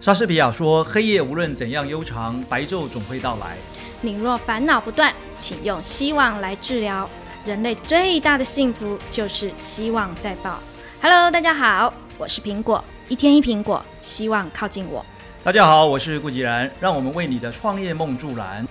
莎士比亚说：“黑夜无论怎样悠长，白昼总会到来。你若烦恼不断，请用希望来治疗。人类最大的幸福就是希望在爆。Hello，大家好，我是苹果，一天一苹果，希望靠近我。”大家好，我是顾吉然，让我们为你的创业梦助燃。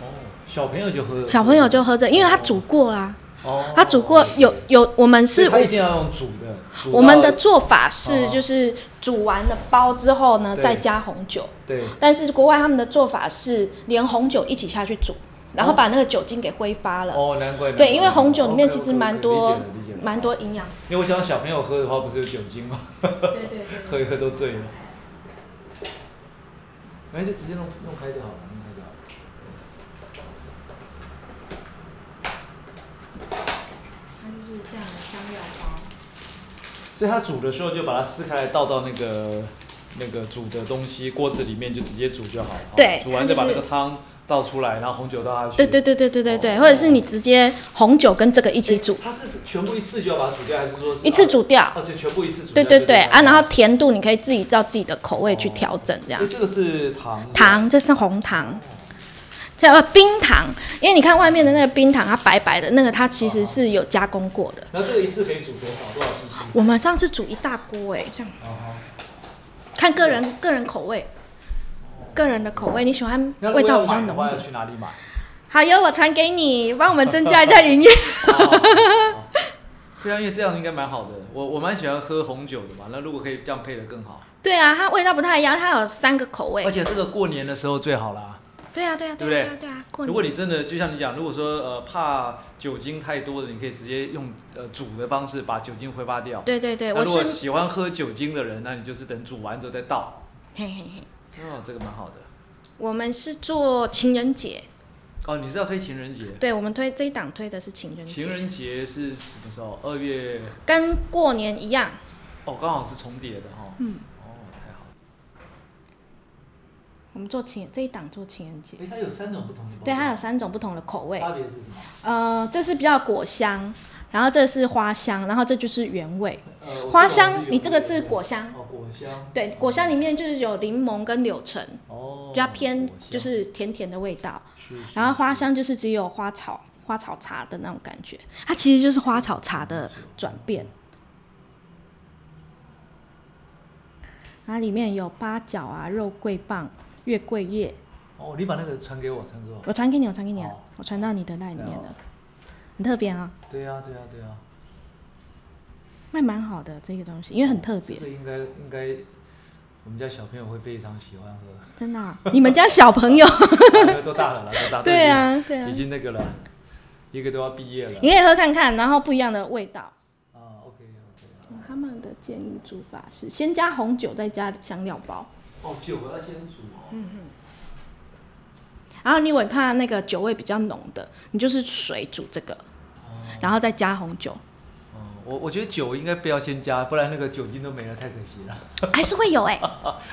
哦，小朋友就喝，小朋友就喝这，因为它煮过啦，哦它煮过有有，我们是他一定要用煮的。煮到我们的做法是哦就是煮完了包之后呢，对再加红酒。对但是国外他们的做法是连红酒一起下去煮，然后把那个酒精给挥发了。哦，难怪哦对，因为红酒里面其实蛮理解多了理解了蛮多营养。因为我想小朋友喝的话，不是有酒精吗？对对对。喝一喝都醉了。哎，就直接弄弄开就好了，弄开就好了。它就是这样的香料包。所以它煮的时候就把它撕开来，倒到那个那个煮的东西锅子里面，就直接煮就好了。哦对煮完再把它那就是个汤倒出来，然后红酒倒下去。对对对对对对对，哦或者是你直接红酒跟这个一一起煮，它是全部一次就要把它煮掉，还是说是一次？煮掉。哦，就全部一次煮掉。对对对啊，然后对。甜度你可以自己照自己的口味去调整，这样哎，。这个是糖。糖，这是红糖，这呃冰糖，因为你看外面的那个冰糖，它白白的，那个它其实是有加工过的。然后这个一次可以煮多少多少 cc？我们上次煮一大锅，哎，这样哦，看个人个人口味，个人的口味，你喜欢那如味果道要比较买的浓话，要的。去哪里 买？好哟，我传给你，帮我们增加一下营业。哦对啊，因为这样应该蛮好的。我我蛮喜欢喝红酒的嘛，那如果可以这样配的更好。对啊，它味道不太一样，它有三个口味而。且这个过年的时候最好啦。对啊，对啊，对对啊，不对对啊，对啊，过如果年。你真的就像你讲，如果说呃怕酒精太多的，你可以直接用呃煮的方式把酒精挥发掉。对对对，那我如是果喜欢喝酒精的人，那你就是等煮完之后再倒。嘿嘿嘿，哦，这个蛮好的。我们是做情人节，哦，你是要推情人节？对我们推这一档推的是情人情节，人节是什么时候？二月跟过年一样。哦，刚好是重叠的哈。嗯。哦，太好了。我们做情这一档做情人节，诶，它有三种不同的包对，它有装三种不同的口味，差别是什么？呃，这是比较果香，然后这是花香，然后这就是原味。呃，我这花种是香，有你这个是有的果香，哦，果香。对，果香里面就是有柠檬跟柳橙，哦，比较偏果香就是甜甜的味道。是是然后花香就是只有花草花草茶的那种感觉，它其实就是花草茶的转变。然后里面有八角啊、肉桂棒、月桂叶，哦，你把那个传给我，传给我。我传给你，我传给你啊哦，我传到你的那里面对了，很特别啊，对呀、对呀、对呀、卖蛮好的这个东西，因为很特别这，应该应该，我们家小朋友会非常喜欢喝， 真的啊、你们家小朋 友，都大了啦，都大，对，啊，对啊已，经那个了，一个都要毕业了。你可以喝看看，然后不一样的味道。啊，OK OK。他们的建议煮法是先加红酒，再加香料包。哦，酒要先煮嗯哦。然后你尾怕那个酒味比较浓的，你就是水煮这个，哦然后再加 红酒，哦，我我觉得酒应该不要先加，不然那个酒精都没了，太可惜了。还是会 有哎、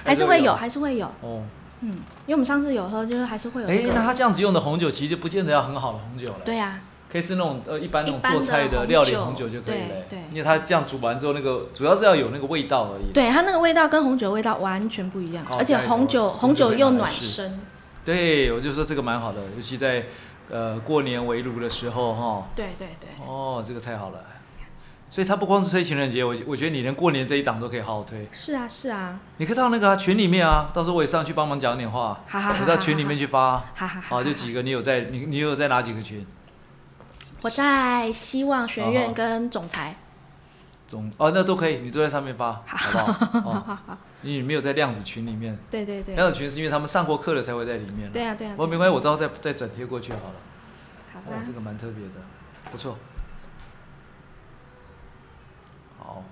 还是会有，。还是会有，哦，嗯，因为我们上次有喝，就是还是会有、哎这，那个。他这样子用的红酒其实不见得要很好的红酒了，对啊，可以是那种呃一般那一种般的做菜红料理酒红酒就可以对了。对因为它这样煮完之后，那个主要是要有那个味道而已。对它那个味道跟红酒的味道完全不一样，哦而且加一红点酒红红酒酒味又道暖是身，对，我就说这个蛮好的，尤其在呃过年围炉的时候哈。对对对，哦，这个太好了。所以他不光是推情人节，我我觉得你连过年这一档都可以好好推。是啊是啊，你可以到那个、啊、群里面啊，到时候我也上去帮忙讲点话，好好好我到群里面去发啊。哈哈好，哈。就几个你有在你你有在哪几个群？我在希望学哦院好跟总裁，总哦那都可以，你都在上面发，好不好？ 哦，你没有在量子群里面，对对对，量子群是因为他们上过课了才会在里面。对啊对啊，不过没关系，我到时候再再转贴过去好了。好哦吧，，这个蛮特别的，不错。好，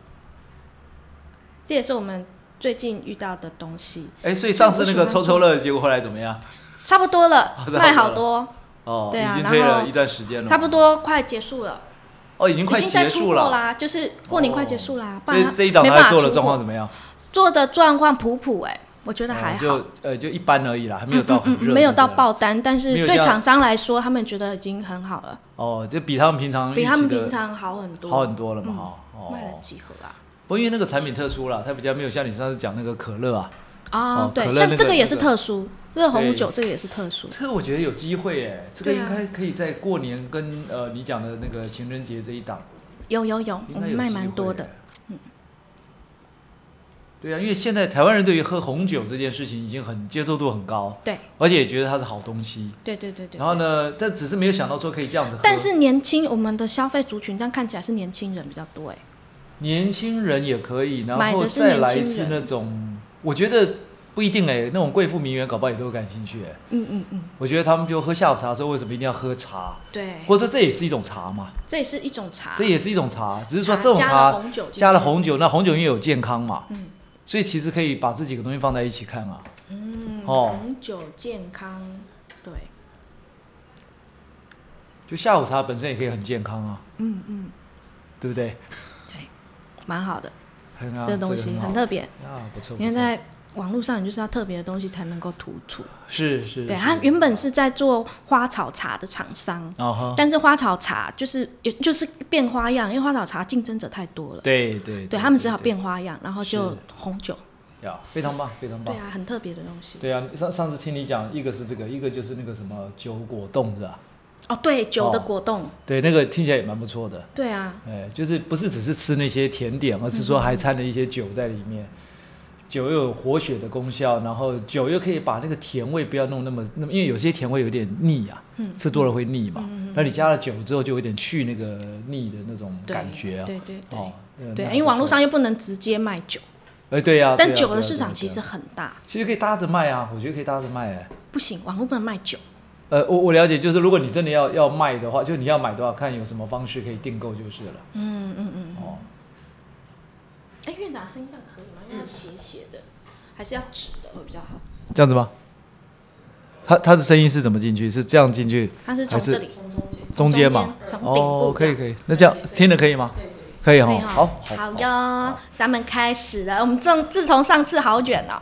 这也是我们最近遇到的东西，哎，所以上次那个抽抽乐，结果后来怎么样？差不多了哦差，不多卖好多，哦，对啊已经推然了后一段时间了，差不。多快结束了，哦，已经快已经在结出束货了。啦，就是过年快结束啦，不所然以它这一档没他办法做的出状况货怎么样？做的状况普普哎，我觉得还哦好。就呃就一般而已啦，还没有到很嗯热嗯的，没有到对不对。爆单，但是没有对像厂商来说，他们觉得已经很好了，哦，就比他们平常比他们预期的平常好很多，好很多了嘛，嗯哈。卖了哦，几盒啊？不过因为那个产品特殊啦，它比较没有像你上次讲那个可乐啊，啊哦，可对，乐像那这个个也是那个特殊，热红对酒这个也是特殊。这个我觉得有机会耶，这个对啊应该可以在过年跟呃你讲的那个情人节这一档，有有有，应我该们有哦卖机蛮会多耶的。。嗯对啊，因为现在台湾人对于喝红酒这件事情已经很接受度很高，对而且也觉得它是好东西。对对对对。然后呢，但只是没有想到说可以这样子喝。但是年轻，我们的消费族群这样看起来是年轻人比较多哎。年轻人也可以，然买后的是再来年轻是人那种，我觉得不一定哎、那种贵妇名媛搞不好也都感兴趣哎、嗯嗯嗯，我觉得他们就喝下午茶的时候，为什么一定要喝茶？对，或者说这也是一种茶嘛，这也是一种茶。这也是一种茶，只是说茶这种加了茶红酒进去，加了红酒，那红酒因为有健康嘛，嗯所以其实可以把这几个东西放在一起看啊。嗯，哦红酒健康，对，就下午茶本身也可以很健康啊，嗯嗯，对不对？蛮好的，很啊，这东西个很好特别，啊，不错。因为不错在网络上你就是要特别的东西才能够突出。是是，对，是它原本是在做花草茶的厂商，啊哈，但是花草茶就是也就是变花样，因为花草茶竞争者太多了，对对对他们只好对变花样，然后就是红酒，呀，非常棒，非常棒对。啊，很特别的东西。嗯对啊，上上次听你讲，一个是这个，一个就是那个什么酒果冻是吧？哦，对，酒的哦果冻，对，那个听起来也蛮不错的。对啊，哎，就是不是只是吃那些甜点，而是说嗯还掺了一些酒在里面。酒又有活血的功效，然后酒又可以把那个甜味不要弄那么那么，因为有些甜味有点腻啊，嗯吃多了会腻嘛。那你加了酒之后，就有点去那个腻的那种对感觉啊。对对对。哦，那个对，那因还为不网络错上又不能直接卖酒，哎，对呀、对呀但酒的对呀市对场呀对其呀啊实很大，其实可以搭着卖啊，我觉得可以搭着卖哎、不行，网络不能卖酒。呃，我我了解，就是如果你真的要要卖的话，就你要买的话，看有什么方式可以订购就是了。嗯嗯嗯。哦，哎，院长声音这样可以吗？因为要斜斜的，还是要直的会比较好。这样子吗？他他的声音是怎么进去？是这样进去它是从还是这里中间嘛？从顶哦，部可以可以，那这样听的可以吗？可以对哈，哈好，好好。哟，咱们开始了。我们正自从上次好远哦，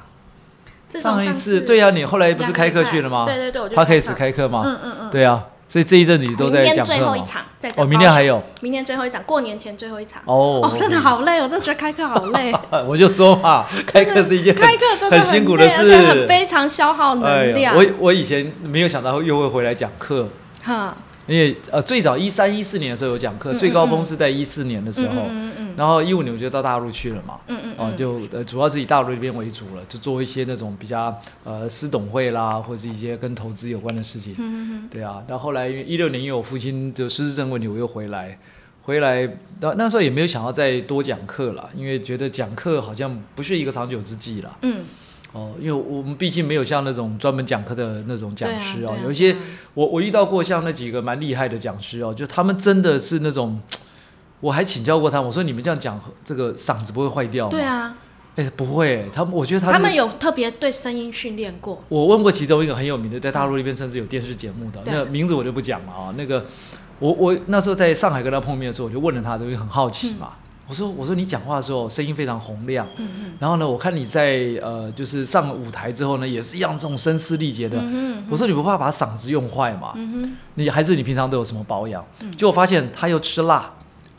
自从上一次次对呀、你后来不是开课去了吗？对对对，我就他可以是上开课吗？嗯嗯嗯，对呀、所以这一阵你都在明天讲课最后一嘛。场，在哦，明天还有，有明天最后一场，过年前最后一场。哦哦，真的，好累，我真的觉得开课好 累。 OK 哎我就说 嘛，开课是一件很开课真的很辛苦的累而且事很啊非常消耗哎能呀量。我我以前没有想到又会回来讲课，哈，因为呃最早一三一四年的时候有讲课，嗯最高峰是在一四年的时嗯候，嗯嗯然后一五年我就到大陆去了嘛。嗯嗯哦嗯，，就呃，主要是以大陆这边为主了，就做一些那种比较呃私董会啦，或者一些跟投资有关的事情。嗯嗯对啊，然后后来因为一六年因为我父亲的失智症问题，我又回来，回来那那时候也没有想要再多讲课了，因为觉得讲课好像不是一个长久之计了。嗯，哦，因为我们毕竟没有像那种专门讲课的那种讲师对啊哦，对啊有一些对啊我我遇到过像那几个蛮厉害的讲师哦，就他们真的是那种，我还请教过他们，我说你们这样讲，这个嗓子不会坏掉吗？对，啊，哎，不会，他们我觉得他他们们有特别对声音训练过。我问过其中一个很有名的，在大陆那边甚至有电视节目的，对那名字我就不讲了啊、那个我我那时候在上海跟他碰面的时候，我就问了他，因为很好奇嘛。我说我说你讲话的时候声音非常洪亮，嗯嗯然后呢，我看你在呃就是上了舞台之后呢，也是一样这种声嘶力竭的。嗯我说你不怕把嗓子用坏吗？嗯你还是你平常都有什么保养？结果发现他又吃辣，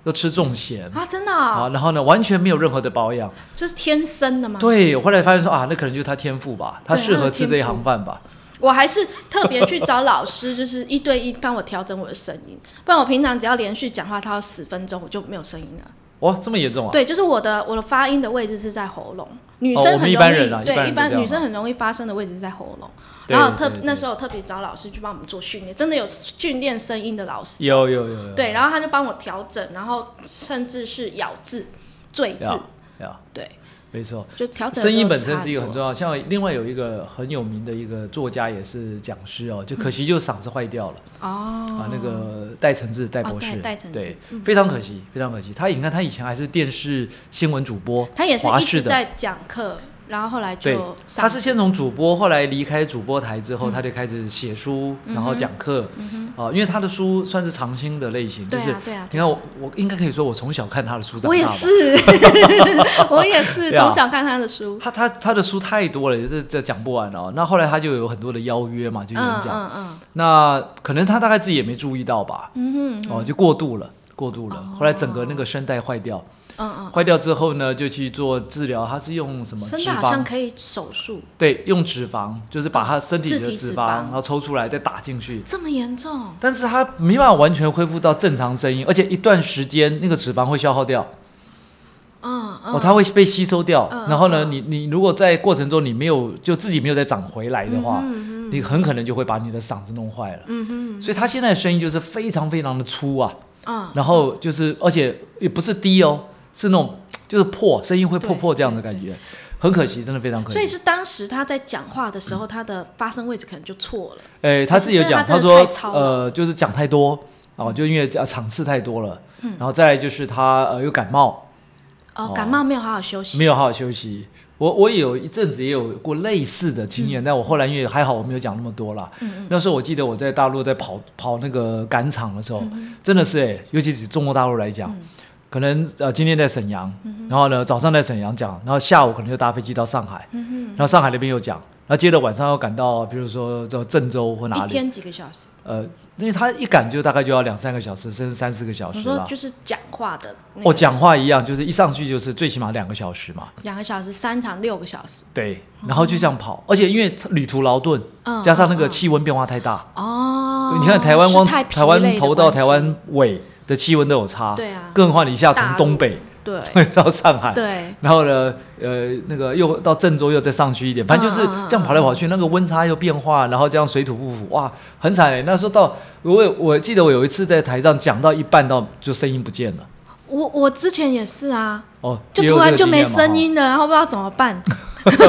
又吃重咸哼，啊，真的啊，哦，然后呢完全没有任何的保养。这是天生的吗？，对，我后来发现说啊，那可能就是他天赋吧，他对适他合的吃天这一赋行饭吧。我还是特别去找老师，就是一对一帮我调整我的声音，不然我平常只要连续讲话超过十分钟，我就没有声音了。哇，这么严重啊？对，就是我的我的发音的位置是在喉咙，女哦生我很容们易、一般人啊一般人都对这样女生啊很容易发生的位置是在喉咙。对然后特对对那时候我特别找老师去帮我们做训练，真的有训练声音的老师。有有有有。对，然后他就帮我调整，然后甚至是咬字、缀字，有有对，没错。就调整的时候声音本身是一个很差重要，像另外有一个很有名的一个作家也是讲师哦，就可惜就嗓子坏掉了、多嗯哦啊，那个戴承志戴哦博士，戴戴承志嗯对，非常可惜，非常可惜。他你看他以前还是电视新闻主播，他也是华一直视的。在讲课，然后后来对就，嗯他上是先从主播，后来离开主播台之后，他就开始写书，嗯然后讲课，啊、因为他的书算是长青的类型，就对是啊对啊，你看我，我应该可以说我从小看他的书长大吧，我也是， 我也是对啊从小看他的书，他他他的书太多了，这这讲不完了哦。那后来他就有很多的邀约嘛，就演嗯讲。嗯嗯，那可能他大概自己也没注意到吧，嗯哼，哦，就过度了，过度了。哦后来整个那个声带坏掉，嗯嗯，坏掉之后呢，就去做治疗，它是用什么啊身脂体好像肪？可以手术，对，用脂肪，就是把它身体自的体脂脂肪肪，然后抽出来再打进去。这么严重？但是它没办法完全恢复到正常声音，而且一段时间那个脂肪会消耗掉，嗯嗯，哦，它会被吸收掉。嗯然后呢，嗯你你如果在过程中你没有就自己没有再长回来的话，嗯你很可能就会把你的嗓子弄坏了。嗯嗯所以他现在的声音就是非常非常的粗啊，嗯，然后就是而且也不是低哦，是那种就是破声音会破对破这样的感觉，很可惜，真的非常可所以惜。是当时他在讲话的时候，他的发声位置可能就错了。哎，他是有讲，可他是真的说太糙了呃，就是讲太多哦，就因为呃场次太多了，嗯然后再来就是他呃又感冒，哦，哦感冒没有好好休息没。有好好休息。我我也有一阵子也有过类似的经嗯验，但我后来因为还好我没有讲那么多啦。那时候我记得我在大陆在跑跑那个赶场的时候，嗯真的是哎、尤其是中国大陆来讲，可能呃今天在沈阳，嗯然后呢早上在沈阳讲，然后下午可能就搭飞机到上海，嗯然后上海那边又讲，然后接着晚上要赶到比如说到郑州或哪一里，天几个小时？呃，因为他一赶就大概就要两三个小时，甚至三四个小我时说啦。就是讲话的那我个，讲话一样，就是一上去就是最起码两个小时嘛。两个小时、三场六个小时。对，然后就这样跑，而且因为旅途劳顿，嗯加上那嗯个嗯气温变化太大，哦，你看台湾是光太疲台湾累的头到关系台湾尾的气温都有差，对啊更何况你一下大从陆东北对 到上海，对，然后呢，呃，那个又到郑州又再上去一点，反正就是嗯嗯嗯这样跑来跑去，那个温差又变化，然后这样水土不服，哇，很惨、欸。那时候到我有我记得我有一次在台上讲到一半到就声音不见了，我我之前也是啊，哦，就也有突这然个就经没验嘛声。音了，然后不知道怎么 办，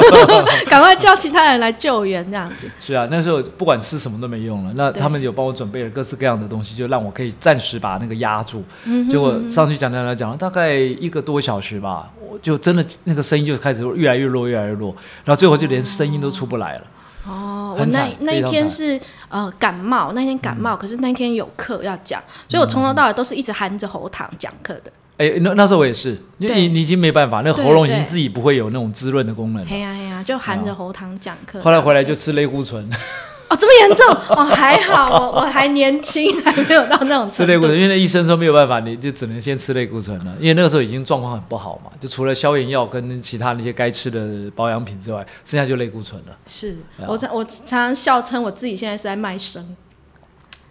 赶快叫其他人来救援这样子。哈是啊，那时候不管吃什么都没用了，那对他们有帮我准备了各式各样的东西，就让我可以暂时把那个压住。嗯哼结果上去讲讲讲讲了大概一个多小时吧，我就真的那个声音就开始越来越弱，越来越弱，然后最后就连声音都出不来了。哦，我很那惨那一非常惨嗯天是呃感冒，那天感冒，可是那天有课要讲，所以我从头到尾都是一直含着喉糖讲课的。哎、那那时候我也是，因为对你你已经没办法，那个对喉咙已对经自己不会有那种滋润的功能了。嘿呀嘿呀，就含哦着喉糖讲课。后来回来就吃类固醇， 哦，这么严重哦，还好我我还年轻，还没有到那种吃程类固度。醇，因为那医生说没有办法，你就只能先吃类固醇了。因为那个时候已经状况很不好嘛，就除了消炎药跟其他那些该吃的保养品之外，剩下就类固醇了。是对啊我常我常常笑称我自己现在是在卖声，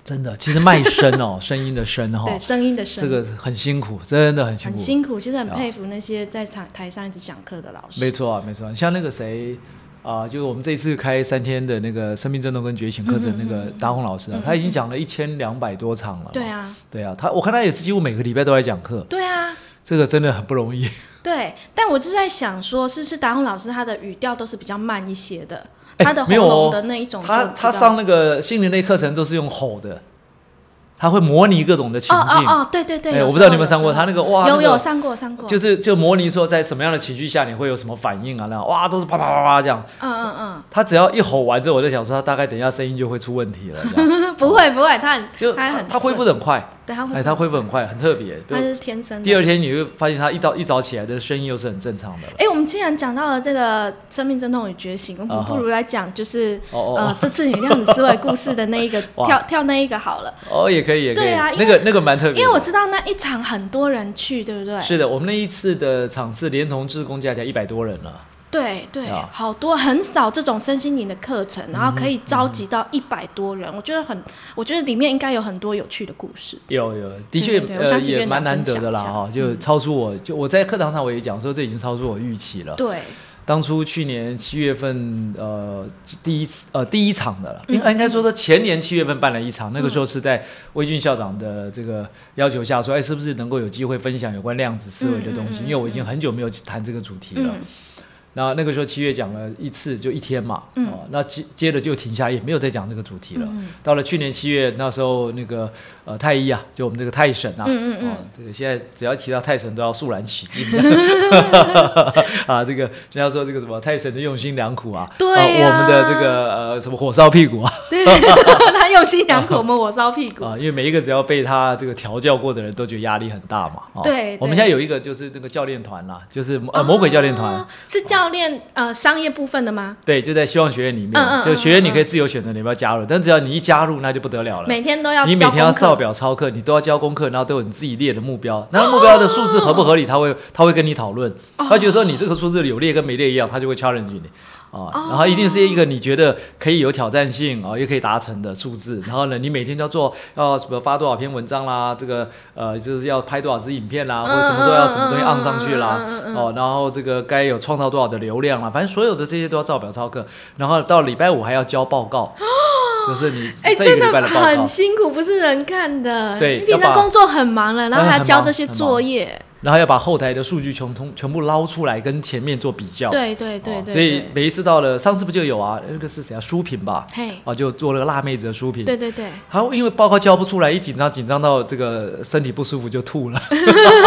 真的，其实卖身 哦，声音的声哈、对声音的这声，个很辛苦，真的很辛很苦。辛苦。其实很对啊佩服那些在场台上一直讲课的老师。没错啊，没错啊。像那个谁啊、就是我们这一次开三天的那个生命震动跟觉醒课程那个达宏老嗯师啊，他已经讲了一千两百多场了嘛。对啊，对啊，他我看他也是几乎每个礼拜都来讲课，对啊，这个真的很不容易。对。但我就在想说，是不是达宏老师他的语调都是比较慢一些的， 他的哎喉没有咙哦的那一种就比较，他他上那个心灵类课程都是用吼的，他会模拟各种的情哦哦境。哦，对对对，哎有我不时知道候你们上过时候他那个哇有那有个上过上过，就是是就模拟说，在什么样的情绪下你会有什么反应啊？那样哇，都是啪啪啪啪这样。嗯嗯他只要一吼完之后，我就想说，他大概等一下声音就会出问题了。这样嗯，不会不会，他很就 他他很他恢复顺的很快，对他恢复哎，他恢复很快，很特别。他就是天生的第二天你会发现，他一到一早起来的声音又是很正常的了。哎、我们既然讲到了这个生命阵痛与觉醒，我啊们哈不如来讲就是、哦哦呃哦这次女量子思维故事的那一个 哇跳跳那一个好了，哦，也可以，也可以。对啊因为那个那个蛮特别的。因为我知道那一场很多人去，对不对？是的，我们那一次的场次，连同志工加起来一百多人了。对对，啊嗯好多很少这种身心灵的课程，然后可以召集到一百多人，我觉得很，我觉得里面应该有很多有趣的故事。有有，的确对对我呃相信也院长蛮难分得享的啦一下哈，就超出我就我在课堂上我也讲说，这已经超出我预期了。对，当初去年七月份呃第一次呃第一场的了，应应该说说前年七月份办了一场，那个时候是在魏俊校长的这个要求下说，哎，是不是能够有机会分享有关量子思维的东西？因为我已经很久没有谈这个主题了嗯。那那个时候七月讲了一次，就一天嘛，嗯哦，那接接着就停下来，也没有再讲这个主题了。到了去年七月，那时候那个呃太医啊，就我们这个太神啊，嗯嗯嗯哦，这个现在只要提到太神都要肃然起 敬 啊，这个人家说这个什么太神的用心良苦啊，对啊啊我们的这个呃什么火烧屁股啊对， 他用 心良苦，我们我烧屁股。啊，因为每一个只要被他这个调教过的人都觉得压力很大嘛。哦对我们啊现对在有一个就是那个教练团啦、就是呃魔鬼教练团。哦是教教练呃商业部分的吗？对，就在希望学院里面，嗯嗯嗯就学院你嗯可以自由选择你要不要加入，但只要你一加入，那就不得了了。每天都要你每天要交照功课表操课，你都要交功课，然后都有你自己列的目标，然后目标的数字合不合理，他会他会跟你讨论，哦他觉得说你这个数字有列跟没列一样，他就会 challenge 你。啊，哦然后一定是一个你觉得可以有挑战性啊，也可以达成的数字。然后呢，你每天都要做，要什么发多少篇文章啦，这个呃，就是要拍多少支影片啦，嗯或者什么时候要什么东西按上去啦，哦，然后这个该有创造多少的流量啦，反正所有的这些都要照表操课。然后到礼拜五还要交报告，就是你哦哎，这一真个礼拜的报告。很辛苦，不是人看的。对你平要嗯常把工作很忙了，然后还要交这些作业。然后要把后台的数据全通全部捞出来，跟前面做比较。对对对哦对，所以对每一次到了，上次不就有啊？那个是谁啊？书评吧。嘿，啊，就做了个辣妹子的书评。对对 对，他因为报告交不出来，一紧张紧张到这个身体不舒服就吐了，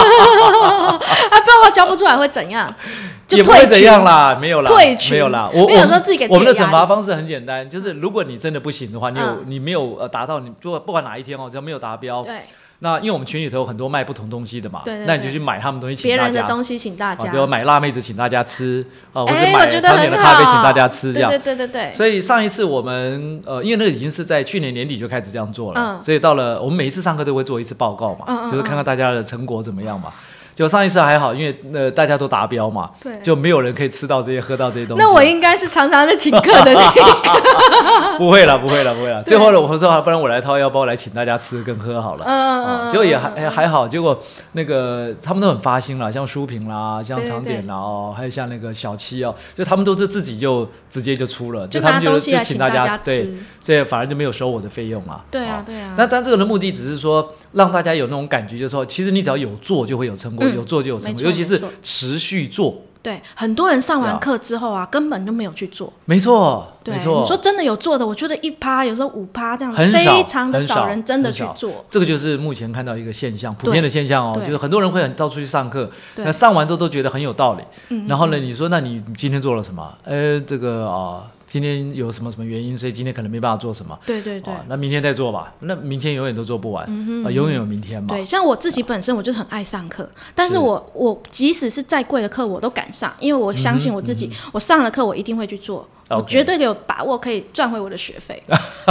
啊，报告交不出来会怎样？ 就也不会退怎群。样啦，没有啦，退群没有啦。我没有我说自己给自己我们的压力惩罚方式很简单，就是如果你真的不行的话，你有、嗯你没有呃达到你不管不管哪一天哦，只要没有达标，对，那因为我们群里头有很多卖不同东西的嘛，对对那你对就去买他们东西请别大人的家。东西请大啊，家比。如买辣妹子请大家吃啊，或者哎，我买觉得餐点很的好。咖啡请大家吃这样对。对对对对，所以上一次我们呃，因为那个已经是在去年年底就开始这样做了，嗯所以到了我们每一次上课都会做一次报告嘛，嗯嗯就是看看大家的成果怎么样嘛。就上一次还好，因为呃大家都达标嘛对，就没有人可以吃到这些、喝到这些东西。啊那我应该是常常在请客 的那个不会了，不会了，不会了。最后呢，我说啊，不然我来掏腰包来请大家吃跟喝好了。嗯嗯啊嗯，结果也还还还好，结果那个他们都很发心啦，像书评啦，像对对长点啦，哦，还有像那个小七哦，就他们都是自己就直接就出了，就他拿们就东西就来请请大家对吃。，所以反而就没有收我的费用啦。对啊哦，对啊。那但这个的目的只是说，让大家有那种感觉，就是说，其实你只要有做就会有成果，嗯有做就有成没果，错尤其没是错持续做，对，很多人上对完啊课之后啊，根本就没有去做。没错，对，啊没你错。说真的有做的，我觉得一趴有时候五趴这样，很少非常的很少少人真的很去少做。这个就是目前看到一个现象，普对遍的现象哦，对就是很多人会很到处去上课，对嗯那上完之后都觉得很有道理。然后呢，你说那你今天做了什么？呃，这个啊、今天有什么什么原因，所以今天可能没办法做什么。对对对嗯哦，那明天再做吧。那明天永远都做不完，啊、永远有明天嘛。对，像我自己本身我就是很爱上课，但是是嗯我我即使是再贵的课我都敢上，因为我相信我自己，我上了课我一定会去做，我 OK 绝对有把握可以赚回我的学 费，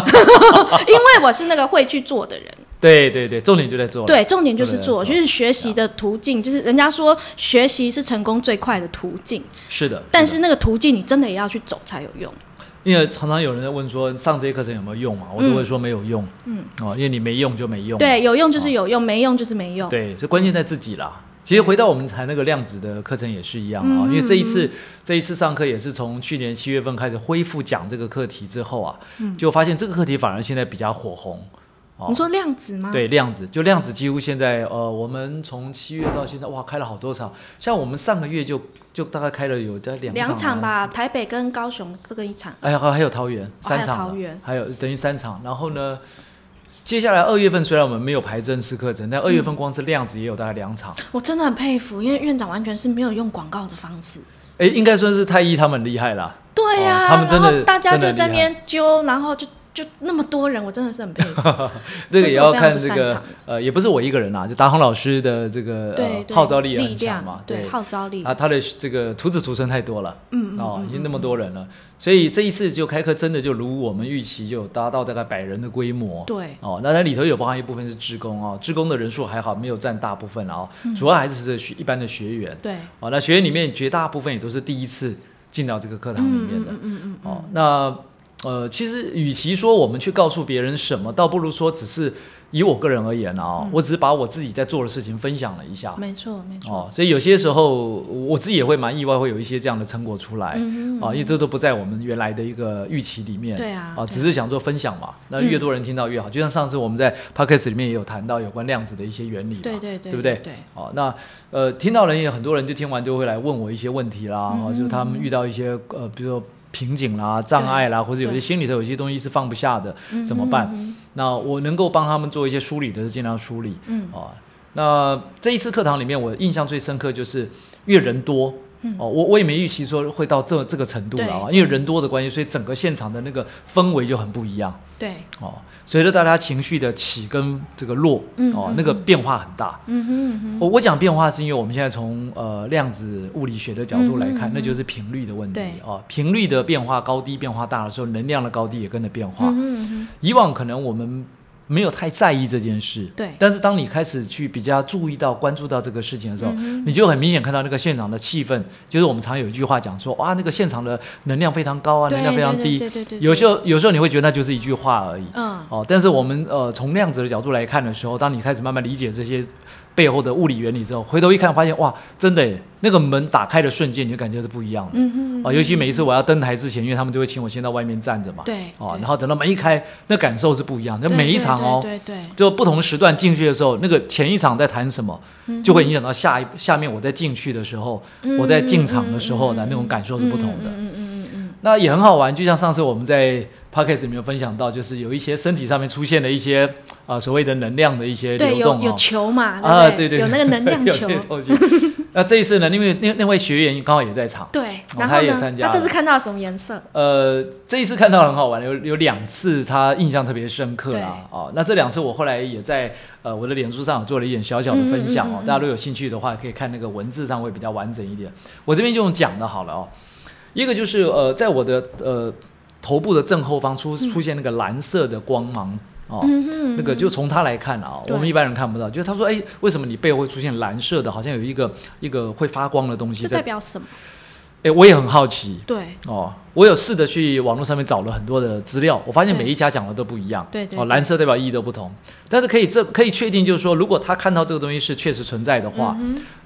因为我是那个会去做的人。对对对，重点就在做了。对，重点就是做做，得就是学习的途径，就是人家说学习是成功最快的途径，是的。但的是那个途径你真的也要去走才有用。因为常常有人在问说上这些课程有没有用嘛，我都会说没有用。嗯，哦，因为你没用就没用。对，有用就是有用，没用就是没用。哦对，所以关键在自己啦。其实回到我们谈那个量子的课程也是一样啊、嗯因为这一次这一次上课也是从去年七月份开始恢复讲这个课题之后啊，嗯就发现这个课题反而现在比较火红。哦你说量子吗？对，量子就量子几乎现在呃，我们从七月到现在哇，开了好多场，像我们上个月就就大概开了有在两两场场啊吧，台北跟高雄各一场。哎呀，还还有桃园三场了、还有桃园还有等于三场。然后呢，接下来二月份虽然我们没有排正式课程，但二月嗯份光是量子也有大概两场。我真的很佩服，因为院长完全是没有用广告的方式。哎、应该算是太医他们厉害啦。对呀、哦他们真然的后大家就真的在很那厉害边揪，然后就就那么多人，我真的是很 佩这服。个这也是要我非常看不这擅个长的呃，也不是我一个人啦，就达宏老师的这个对，对呃号召力也力很强量嘛，对号召力。啊，他的这个徒子徒孙太多了，嗯嗯哦，嗯已经那么多人了，所以这一次就开课真的就如我们预期，就有达到大概百人的规模，对，哦，那它里头有包含一部分是职工哦，职工的人数还好，没有占大部分了哦，嗯主要还是这学一般的学员对，哦。那学员里面绝大部分也都是第一次进到这个课堂里面的、嗯嗯哦。那呃，其实与其说我们去告诉别人什么，倒不如说只是以我个人而言啊、哦，我只是把我自己在做的事情分享了一下嗯，。没错没错。哦，所以有些时候我自己也会蛮意外，会有一些这样的成果出来，嗯啊，因为这都不在我们原来的一个预期里面，对啊啊，对只是想做分享嘛，那嗯越多人听到越好。就像上次我们在 podcast 里面也有谈到有关量子的一些原理嘛，对对对对，不对？对？哦，那呃，听到人也很多人就听完就会来问我一些问题啦，哦就他们遇到一些呃，比如说瓶颈啦、障碍啦，或者有些嗯对心里头有一些东西是放不下的，嗯怎么办？那我能够帮他们做一些梳理的，就尽量梳理。嗯哦，那这一次课堂里面，我印象最深刻就是越人多，嗯哦，我我也没预期说会到这这个程度了啊，对嗯因为人多的关系，所以整个现场的那个氛围就很不一样对，哦。随着大家情绪的起跟这个落，嗯哦嗯，那个嗯变化很大。嗯哼嗯哼，我我讲变化是因为我们现在从呃量子物理学的角度来嗯看，嗯嗯那就是频率的问题对哦。频率的变化高低变化大的时候，能量的高低也跟着变化。嗯哼嗯哼，以往可能我们没有太在意这件事，对但是当你开始去比较注意到、关注到这个事情的时候，嗯你就很明显看到那个现场的气氛，就是我们常有一句话讲说，哇，那个现场的能量非常高啊，对能量非常低。对对对对对有时候有时候你会觉得那就是一句话而已。嗯，哦，但是我们呃从量子的角度来看的时候，当你开始慢慢理解这些背后的物理原理之后，回头一看发现哇，真的耶那个门打开的瞬间，你就感觉是不一样的。嗯哼，哦，尤其每一次我要登台之前，因为他们就会请我先到外面站着嘛。对哦对，然后等到门一开，那感受是不一样的。就对每一场哦，对对对就不同时段进去的时候，那个前一场在谈什么，就会影响到下一下面我在进去的时候，嗯我在进场的时候的嗯嗯嗯那种感受是不同的。嗯嗯嗯嗯那也很好玩，就像上次我们在 podcast 里面有分享到，就是有一些身体上面出现的一些啊、呃所谓的能量的一些嗯，对，流有动有哦。球嘛，啊，不对对，有那个能 量有球那，种球那这一次呢，因为那那位学员刚好也在场，对，哦然他后也呢参，加他这了次看到什么颜色？呃，这一次看到很好玩，有有两次他印象特别深刻啦。哦，那这两次我后来也在呃我的脸书上有做了一点小小的分嗯享哦，大家如果有兴趣的话，可以看那个文字上会比较完整一点。我这边就用讲的好了哦。一个就是呃，在我的呃头部的正后方出出现那个蓝色的光芒哦，嗯哼，那个就从他来看啊，对我们一般人看不到。就是他说，哎，为什么你背后会出现蓝色的，好像有一个一个会发光的东西这代在？表什么？哎，我也很好奇。对，哦，我有试着去网络上面找了很多的资料，我发现对每一家讲的都不一样。对对哦，对蓝色代表意义都不同，但是可以这可以确定，就是说，如果他看到这个东西是确实存在的话，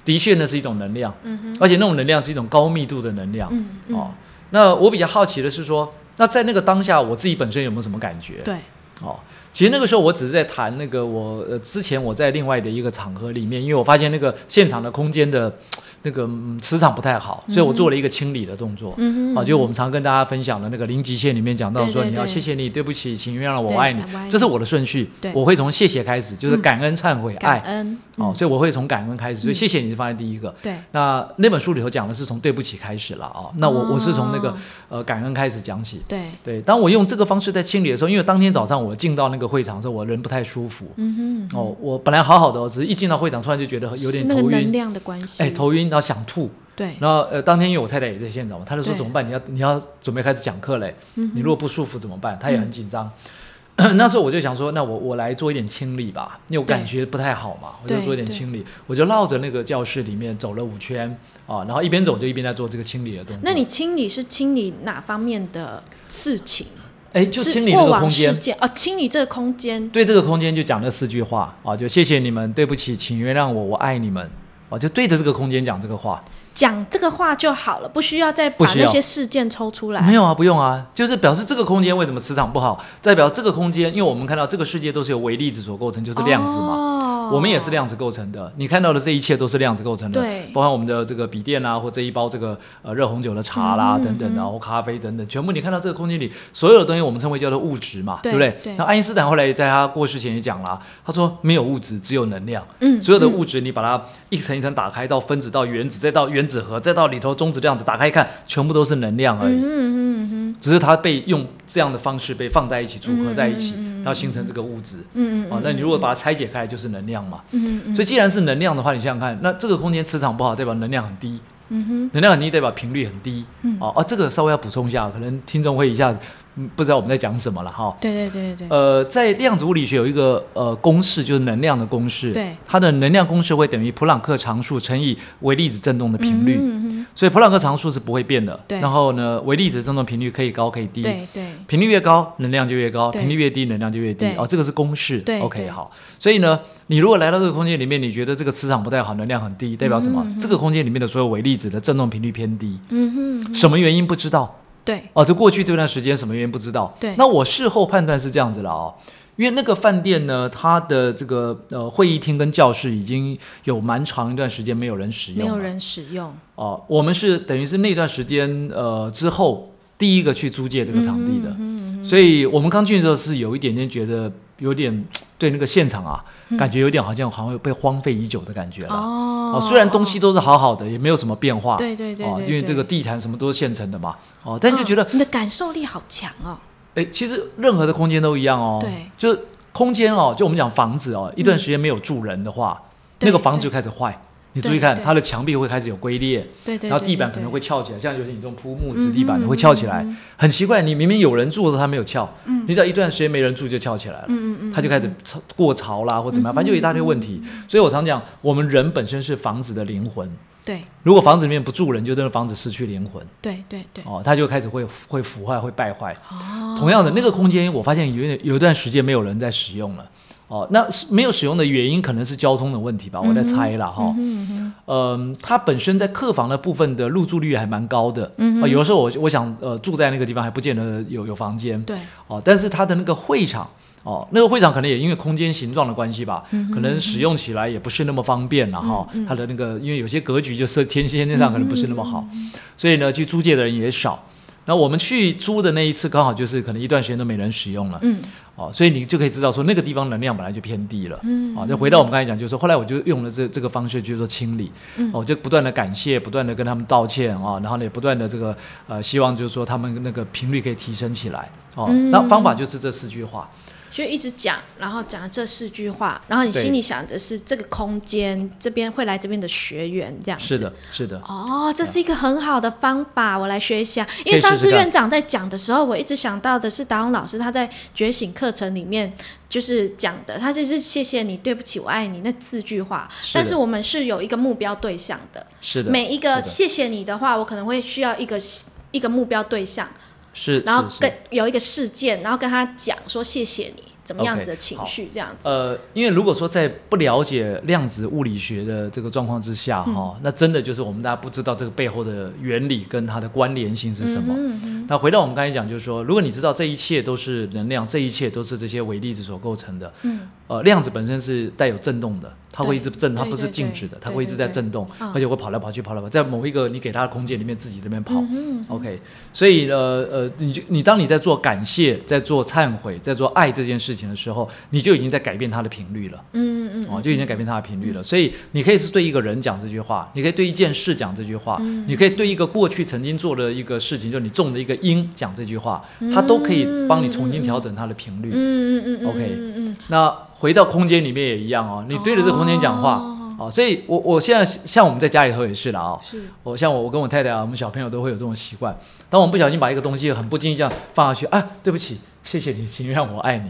的确那是一种能量，嗯哼，而且那种能量是一种高密度的能量。嗯嗯，哦，那我比较好奇的是说，那在那个当下，我自己本身有没有什么感觉？对，哦，其实那个时候我只是在谈那个我、呃、之前我在另外的一个场合里面，因为我发现那个现场的空间的那个、嗯磁场不太好，所以我做了一个清理的动作。嗯啊，就我们常跟大家分享的那个零极限里面讲到说，对对你要对谢谢你，对不起，请原谅对我，我爱你我爱你，这是我的顺序对，嗯我会从谢谢开始，就是感恩、忏悔、感爱，恩，哦，嗯，所以我会从感恩开始，所以谢谢你是放在第一个。对，那那本书里头讲的是从对不起开始了啊、哦，那我我是从那个哦呃感恩开始讲起。对，对，当我用这个方式在清理的时候，因为当天早上我进到那个会场的时候，我人不太舒服。嗯哼，哦，我本来好好的哦，只是一进到会场，突然就觉得哦有是点那个头能晕，量的关系，哎，头晕，然后想吐。对，然后呃，当天因为我太太也在现场嘛，她就说对怎么办？你要你要准备开始讲课嘞，嗯你如果不舒服怎么办？她也很紧张。 那时候我就想说，那我我来做一点清理吧，因为我感觉不太好嘛，我就对做一点对清理。我就绕着那个教室里面走了五圈啊，然后一边走就一边在做这个清理的动作。那你清理是清理哪方面的事情？哎，就是清理过那个往空间事，件啊，清理这个空间，对这个空间就讲了四句话啊，就谢谢你们，对不起，请原谅我，我爱你们啊，就对着这个空间讲这个话。讲这个话就好了，不需要再不把需那要些事件抽出没来。有啊，不用啊，就是表示这个空间为什么磁场不好，代表这个空间，因为我们看到这个世界都是由微粒子所构成，就是量子嘛。哦我们也是量子构成的，你看到的这一切都是量子构成的，对包含我们的这个笔电啊，或这一包这个呃热红酒的茶啦、嗯等等啊的，或咖啡等等，全部你看到这个空间里所有的东西，我们称为叫做物质嘛，对不对？对那爱因斯坦后来也在他过世前也讲啦，他说没有物质，只有能量。嗯所有的物质你把它一层一层打开，到分子，到原子，再到原子核，再到里头中子量子，打开一看，全部都是能量而已。嗯嗯嗯只是它被用这样的方式被放在一起，组合在一起，然后形成这个物质。嗯啊，那你如果把它拆解开来，就是能量嘛。嗯嗯所以既然是能量的话，你想想看，那这个空间磁场不好，代表能量很低，嗯哼，能量很低代表频率很低。嗯哦、啊，这个稍微要补充一下，可能听众会一下、嗯、不知道我们在讲什么了哈。对对对对对，呃，在量子物理学有一个呃公式，就是能量的公式。对它的能量公式会等于普朗克常数乘以微粒子振动的频率。嗯嗯嗯所以普朗克常数是不会变的。对然后呢，微粒子振动频率可以高可以低。对对频率越高，能量就越高；对频率越低，能量就越低对。哦，这个是公式。对 o k 对好。所以呢，你如果来到这个空间里面，你觉得这个磁场不太好，能量很低，代表什么？这个空间里面的所有微粒子的振动频率偏低，嗯哼，嗯什么原因不知道？对哦，就过去这段时间什么原因不知道。对那我事后判断是这样子了哦。因为那个饭店呢，它的这个呃会议厅跟教室已经有蛮长一段时间没有人使用没了，有人使用，哦，我们是等于是那段时间呃之后第嗯一个去租借这个场地的，所以我们刚进去的时候是有一点点觉得有点对那个现场啊，感觉有点好像好像有被荒废已久的感觉了。嗯哦哦，虽然东嗯西都是好好的，也没有什么变化。对对对哦对，因为对这个地毯什么都是现成的嘛。哦，但就觉得嗯，你的感受力好强哦。哎、其实任何的空间都一样哦。对，嗯就是空间哦，就我们讲房子哦，一段时间没有住人的话，对那个房子就开始坏。你注意对看，对它的墙壁会开始有龟裂，对对对然后地板对可能对会翘起来，像尤其你这种铺木嗯质哼地板，嗯你哼会翘起来，很奇怪。你明明有人住的时候它没有翘，你只要一段时间没人住就翘起来了，嗯嗯嗯它就开始潮过潮啦或怎么样，反正就一大堆问题。所以我常讲，我们人本身是房子的灵魂，对如果房子里面不住人，就让房子失去灵魂对对对。哦，它就开始会会腐坏、会败坏。哦，同样的，那个空间我发现有点有一段时间没有人在使用了。哦，那是没有使用的原因可能是交通的问题吧，我在猜啦哈。嗯哼嗯，它本身在客房的部分的入住率还蛮高的。嗯、有的时候我我想呃住在那个地方还不见得有有房嗯间。对哦，但是它的那个会场。哦，那个会场可能也因为空间形状的关系吧，可能使用起来也不是那么方便了哈。它的那个因为有些格局就是天先天上可能不是那么好，所以呢，去租借的人也少。那我们去租的那一次刚好就是可能一段时间都没人使用了，嗯，哦，所以你就可以知道说那个地方能量本来就偏低了，嗯，哦，就回到我们刚才讲，就是说后来我就用了这这个方式去做清理，嗯，我、就不断的感谢，不断的跟他们道歉啊、然后呢也不断的这个呃希望就是说他们那个频率可以提升起来，哦，嗯那方法就是这四句话，就一直讲，然后讲了这四句话，然后你对心里想的是这个空间这边会来这边的学员这样子。是。的，是的，哦，这是一个很好的方法，我来学一下。因可为以试试上次看院长在讲的时候，我一直想到的是达翁老师他在觉醒课程里面就是讲的，他就是谢谢你，对不起，我爱你那四句话。是的但是我们是有一个目标对象的，是的，每一是个的谢谢你的话，我可能会需要一个一个目标对象，是，然后是是跟有一个事件，然后跟他讲说谢谢你，怎么样 OK，子的情绪这样子。呃，因为如果说在不了解量子物理学的这个状况之下，嗯哈、那真的就是我们大家不知道这个背后的原理跟它的关联性是嗯什么。那回到我们刚才讲，就是说，如果你知道这一切都是能量，这一切都是这些微粒子所构成的，嗯，呃，量子本身是带有震动的，它会一直震，对它不是对对静止的，它对会一直在对对震动，嗯而且会跑来跑去，跑来跑，在某一个你给它的空间里面自己在那边跑。OK，所嗯以呃呃，你就你当你在做感谢、在做忏悔、在做爱这件事情的时候，你就已经在改变它的频率了，嗯嗯嗯，哦，就已经改变它的频率了。所以你可以是对一个人讲这句话，你可以对一件事讲这句话，嗯你可以对一个过去曾经做的一个事情，就你种的一个因讲这句话，它都可以帮你重新调整它的频率。嗯嗯嗯嗯 OK 嗯嗯那回到空间里面也一样哦，你对着这个空间讲话哦哦所以我我现在像我们在家里头也是啦哦，是。我像我，我跟我太太啊，我们小朋友都会有这种习惯。当我们不小心把一个东西很不经意这样放下去，啊，对不起，谢谢你，请原谅我爱你，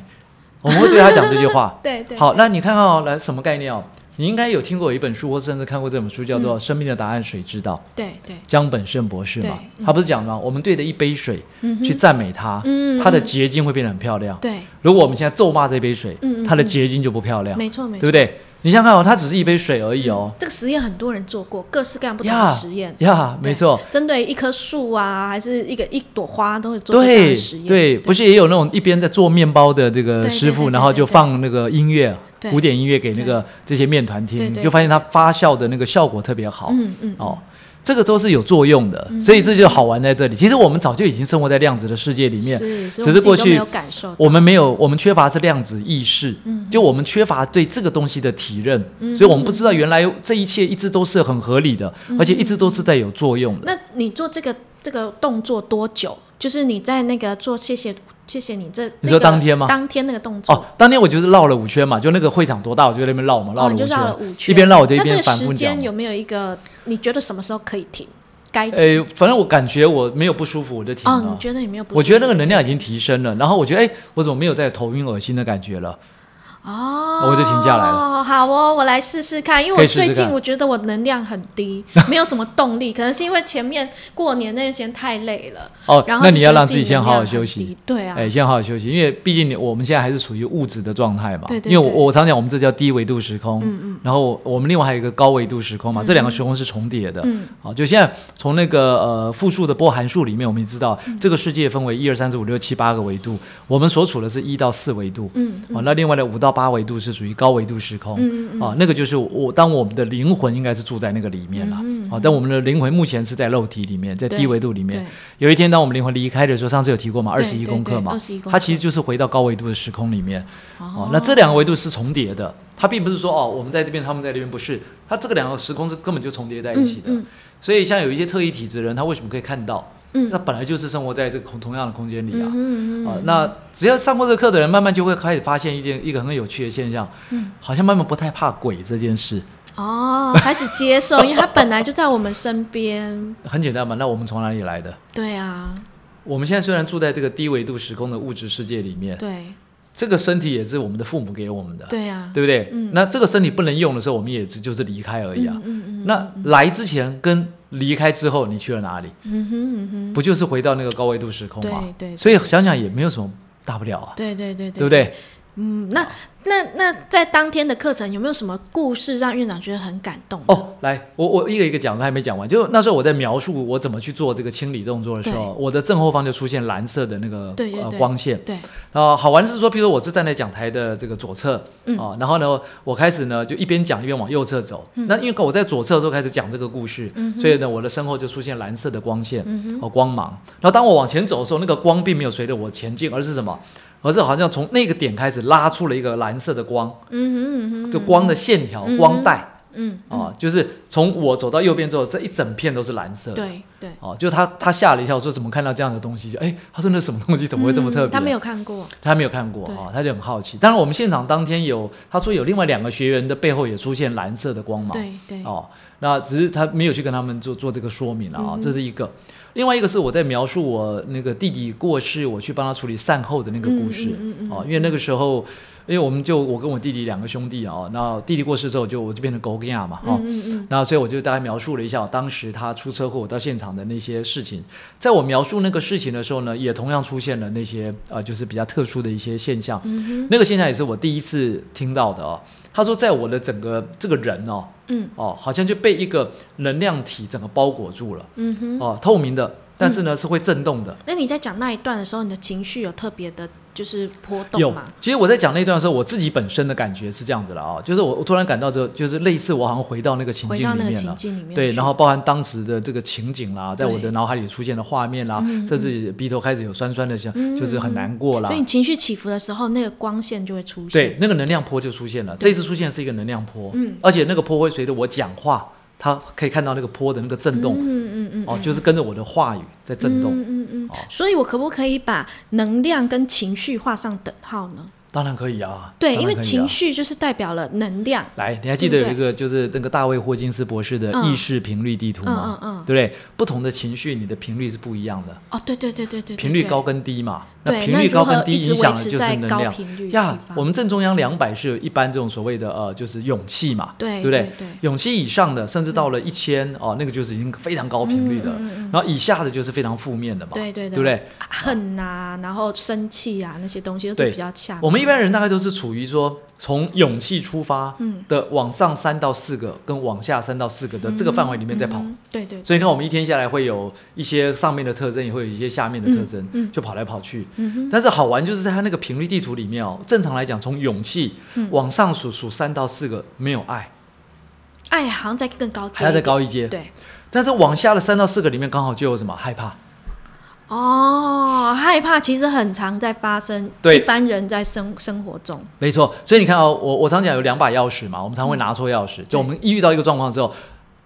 我们会对他讲这句话 对对好，那你看看哦，来什么概念哦？你应该有听过有一本书，或甚至看过这本书，叫嗯做《生命的答案谁知道》，对对江本胜博士嘛，他不是讲吗？我们对着一杯水去赞美它，嗯它的结晶会变得很漂亮。对，如果我们现在咒骂这杯水嗯嗯，它的结晶就不漂亮，没错没对错。不对？你想想看哦，它只是一杯水而已哦。这个实验很多人嗯做过，各式各样不同呀的实验，呀，没错。针对一棵树啊，还是一个一朵花，都会做过这样对的实验。对，不是也有那种一边在做面包的这个对师对傅，对然后对就对放那个音乐，对古典音乐给那个这些面团对听，对就发现它发酵的那个效果特别好。嗯嗯，哦，这个都是有作用的，所以这就好玩在这里。其实我们早就已经生活在量子的世界里面，是，所以只是我们自己过都没去有感受到。我们没有，我们缺乏是量子意识，嗯就我们缺乏对这个东西的体认，所以我们不知道原来这一切一直都是很合理的，嗯而且一直都是在有作用的。那你做这个这个动作多久？就是你在那个做谢谢谢谢你这，你这说个当天吗当天那个动作哦，当天我就是绕了五圈嘛，就那个会场多大，我就在那边绕嘛，绕哦，了你五就圈，绕了五圈，一边绕我就一那这边个反复时讲间。有没有一个你觉得什么时候可以停？该停？呃，反正我感觉我没有不舒服，我就停哦，你了。觉得有没有不舒服？我觉得那个能量已经提升了，然后我觉得哎，我怎么没有再头晕恶心的感觉了？哦，我就停下来了。好哦，我来试试看，因为可我以试试最看近我觉得我能量很低，没有什么动力，可能是因为前面过年那段时间太累了。哦，然后那就你觉要得让自自己己先能好好量休很息低。对啊哎，先好好休息，因为毕竟你我们现在还是处于物质的状态嘛。对对因为对我我常讲，我们这叫低维度时空。嗯嗯。然后我们另外还有一个高维度时空嘛，这两个时空是重叠的。嗯。好，就现在从那个呃复数的波函数里面，我们也知道嗯这个世界分为一二三四五六七八个维度，我们所处的是一到四维度。嗯。哦，那另外的五到到八维度是属于高维度时空，嗯啊，那个就是我当我们的灵魂应该是住在那个里面了，啊，但我们的灵魂目前是在肉体里面，在低嗯对维度里对面。，有一天当我们灵魂离开的时候，上次有提过嘛，二对十一功课嘛对对21，功课它其实就是回到高维度的时空里面。哦哦，那这两个维度是重叠的，它并不是说哦，我们在这边，他们在那边，不是，它这个两个时空是根本就重叠在一起的。嗯嗯所以像有一些特异体质的人，他为什么可以看到？嗯那本来就是生活在这个同同样的空间里啊。嗯嗯啊，那只要上过这个课的人，慢慢就会开始发现一件一个很有趣的现象，嗯好像慢慢不太怕鬼这件事。哦，开始接受，因为它本来就在我们身边。很简单嘛，那我们从哪里来的？对啊，我们现在虽然住在这个低维度时空的物质世界里面，对这个身体也是我们的父母给我们的，对啊，对不对？嗯那这个身体不能用的时候，我们也只就是离开而已啊。嗯嗯嗯那来之前跟离开之后，你去了哪里？嗯哼嗯哼，不就是回到那个高维度时空对吗？对所以想想也没有什么大不了啊，对对对对不？对？嗯，那那那在当天的课程有没有什么故事让院长觉得很感动？，哦，来，我我一个一个讲，都还没讲完。就那时候我在描述我怎么去做这个清理动作的时候，我的正后方就出现蓝色的那个对对呃对光线。对，然后呃好玩的是说，譬如说我是站在讲台的这个左侧，嗯啊，然后呢，我开始呢就一边讲一边往右侧走。嗯那因为我在左侧的时候开始讲这个故事，所以呢，我的身后就出现蓝色的光线和、嗯哦光芒。然后当我往前走的时候，那个光并没有随着我前进，而是什么？而是好像从那个点开始拉出了一个蓝色的光，嗯哼嗯哼，就光的线条、嗯光带嗯，啊，就是从我走到右边之后，这一整片都是蓝色。。嗯对对，哦，就他他吓了一跳，说怎么看到这样的东西？就哎，他说那什么东西怎么会这么特别？嗯他没有看过，他没有看过对哦，他就很好奇。当然，我们现场当天有，他说有另外两个学员的背后也出现蓝色的光芒，对对，哦，那只是他没有去跟他们做做这个说明了啊、嗯哼这是一个。另外一个是我在描述我那个弟弟过世，我去帮他处理善后的那个故事、嗯嗯嗯嗯哦，因为那个时候，因为我们就我跟我弟弟两个兄弟啊、哦，那弟弟过世之后就我就变成狗干嘛哦。嗯嗯那所以我就大概描述了一下当时他出车祸我到现场的那些事情。在我描述那个事情的时候呢，也同样出现了那些呃，就是比较特殊的一些现象。那个现象也是我第一次听到的哦。他说，在我的整个这个人哦，嗯哦，好像就被一个能量体整个包裹住了嗯嗯哼。哦，透明的，但是呢、是会震动的。那你在讲那一段的时候，你的情绪有特别的，就是波动有吗？，其实我在讲那段的时候，我自己本身的感觉是这样子了啊、哦，就是我我突然感到这，就是类似我好像回到那个情回境到里那个面情了。境里面去，对，然后包含当时的这个情景啦，在对我的脑海里出现的画面啦，甚至鼻头开始有酸酸的像，嗯就是很难过啦所以。你情绪起伏的时候，那个光线就会出现。对，那个能量波就出现了。这次出现的是一个能量波，嗯而且那个波会随着我讲话，它可以看到那个波的那个震动，嗯嗯嗯，哦，就是跟着我的话语在震动。嗯嗯嗯哦。所以我可不可以把能量跟情绪画上等号呢？当然可以啊，对，当然因为可以啊情绪就是代表了能量。来，你还记得对不有一个就是那个大卫霍金斯博士的嗯意识频率地图吗？嗯嗯嗯对不对？不同的情绪，你的频率是不一样的，哦，对对对对对，对频率对高跟低嘛。对频那率如高何跟低一直影维响的就持是在能高量频率的呀地。方我们正中央两百是有一般这种所谓的呃，就是勇气嘛，对不对对勇气以上的，甚至到了一千哦，那个就是已经非常高频率的了。嗯然后以下的就是非常负面的嘛，对对对对不对？啊恨呐、然后生气啊那些东西都是对比较下 面。我们一般人大概都是处于说从勇气出发嗯的往上三到四个，跟往下三到四个的这个范围里面在跑。嗯对对所以你看，我们一天下来会有一些上面的特征，也会有一些下面的特征，嗯就跑来跑去。但是好玩就是在它那个频率地图里面哦，正常来讲，从勇气嗯往上数数三到四个没有爱，爱哎好像在更高阶，还要再高一阶。对但是往下的三到四个里面，刚好就有什么害怕。哦，害怕其实很常在发生，对一般人在生生活中，没错，所以你看哦，我我常讲有两把钥匙嘛，我们常会拿错钥嗯匙，就我们一遇到一个状况之后，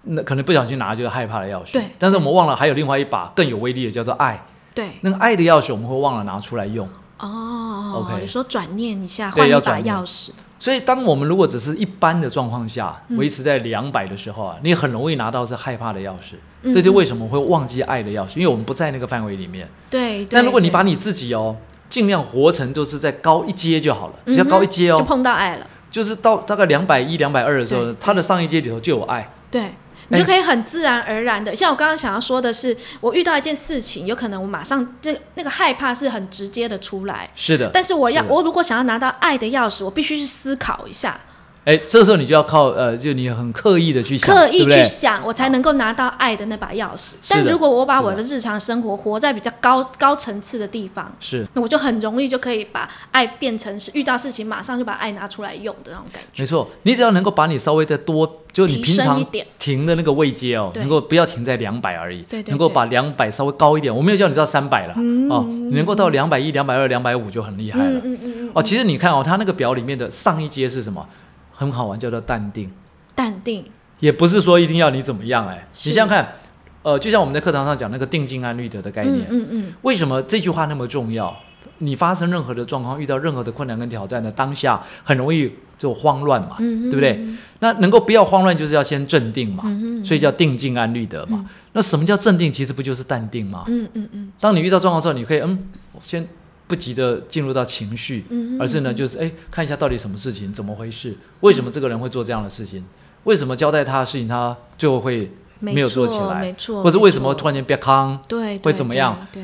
那可能不小心拿就是害怕的钥匙。对但是我们忘了还有另外一把更有威力的，叫做爱。对那个爱的钥匙我们会忘了拿出来用。哦 OK 有时候转念一下，对换一要把转念钥匙，所以，当我们如果只是一般的状况下，嗯维持在两百的时候啊，你很容易拿到是害怕的钥匙。嗯这就为什么会忘记爱的钥匙，因为我们不在那个范围里面。对。但对如果你对把你自己哦，尽量活成就是在高一阶就好了，只要高一阶嗯哼哦就，碰到爱了，就是到大概两百一、两百二的时对候，它的上一阶里头就有爱。对。你哎就可以很自然而然的，像我刚刚想要说的是，我遇到一件事情，有可能我马上这那个害怕是很直接的出来，是的，但是我要是的我如果想要拿到爱的钥匙，我必须去思考一下，哎，这个时候你就要靠呃，就你很刻意的去想，刻意对不对去想，我才能够拿到爱的那把钥匙。是但的如果我把是我的的日常生活活在比较高高层次的地方，是。那我就很容易就可以把爱变成是遇到事情马上就把爱拿出来用的那种感觉。没错，你只要能够把你稍微再多，就你提平升常一点停的那个位阶哦，对能够不要停在两百而已，对对能够对把两百稍微高一点。我没有叫你到三百啦，哦，你能够到两百一、两百二、两百五就很厉害了。嗯嗯嗯，哦，其实你看哦，它那个表里面的上一阶是什么？很好玩，叫做淡定，淡定，也不是说一定要你怎么样哎、是你想想看，呃，就像我们在课堂上讲那个定静安律德的概嗯念，嗯嗯，为什么这句话那么重要？你发生任何的状况，遇到任何的困难跟挑战的当下，很容易就慌乱嘛，嗯哦对不对？那能够不要慌乱，就是要先镇定嘛，嗯所以叫定静安律德嘛。那什么叫镇定？其实不就是淡定吗？嗯嗯嗯，当你遇到状况之后，你可以嗯，我先不急的进入到情绪，嗯而是呢，就是哎，看一下到底什么事情，怎么回事，为什么这个人会做这样的事情，为什么交代他的事情他最后会没有做起错来没，错，或者为什没错么突然间变康？对会对怎么对样对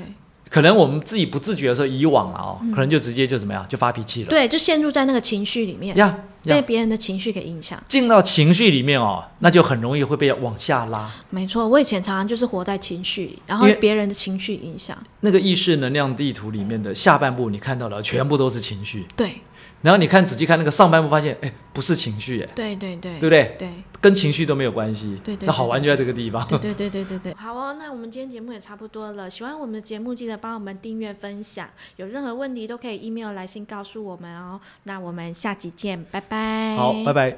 可能我们自己不自觉的时候，以往啊、哦，可能就直接就怎么样，就发脾气了。嗯对，就陷入在那个情绪里面，呀被呀，别人的情绪给影响。进到情绪里面哦，那就很容易会被往下拉。没错，我以前常常就是活在情绪里，然后因为别人的情绪影响。那个意识能量地图里面的下半部，你看到了全部都是情绪，对然后你看仔细看那个上半部，发现哎，不是情绪，哎，对对对对不对？对跟情绪都没有关系。对对那好玩就在这个地方。对对对对对对，好哦，那我们今天节目也差不多了。喜欢我们的节目，记得帮我们订阅、分享。有任何问题都可以 email 来信告诉我们哦。那我们下集见，拜拜。好，拜。拜。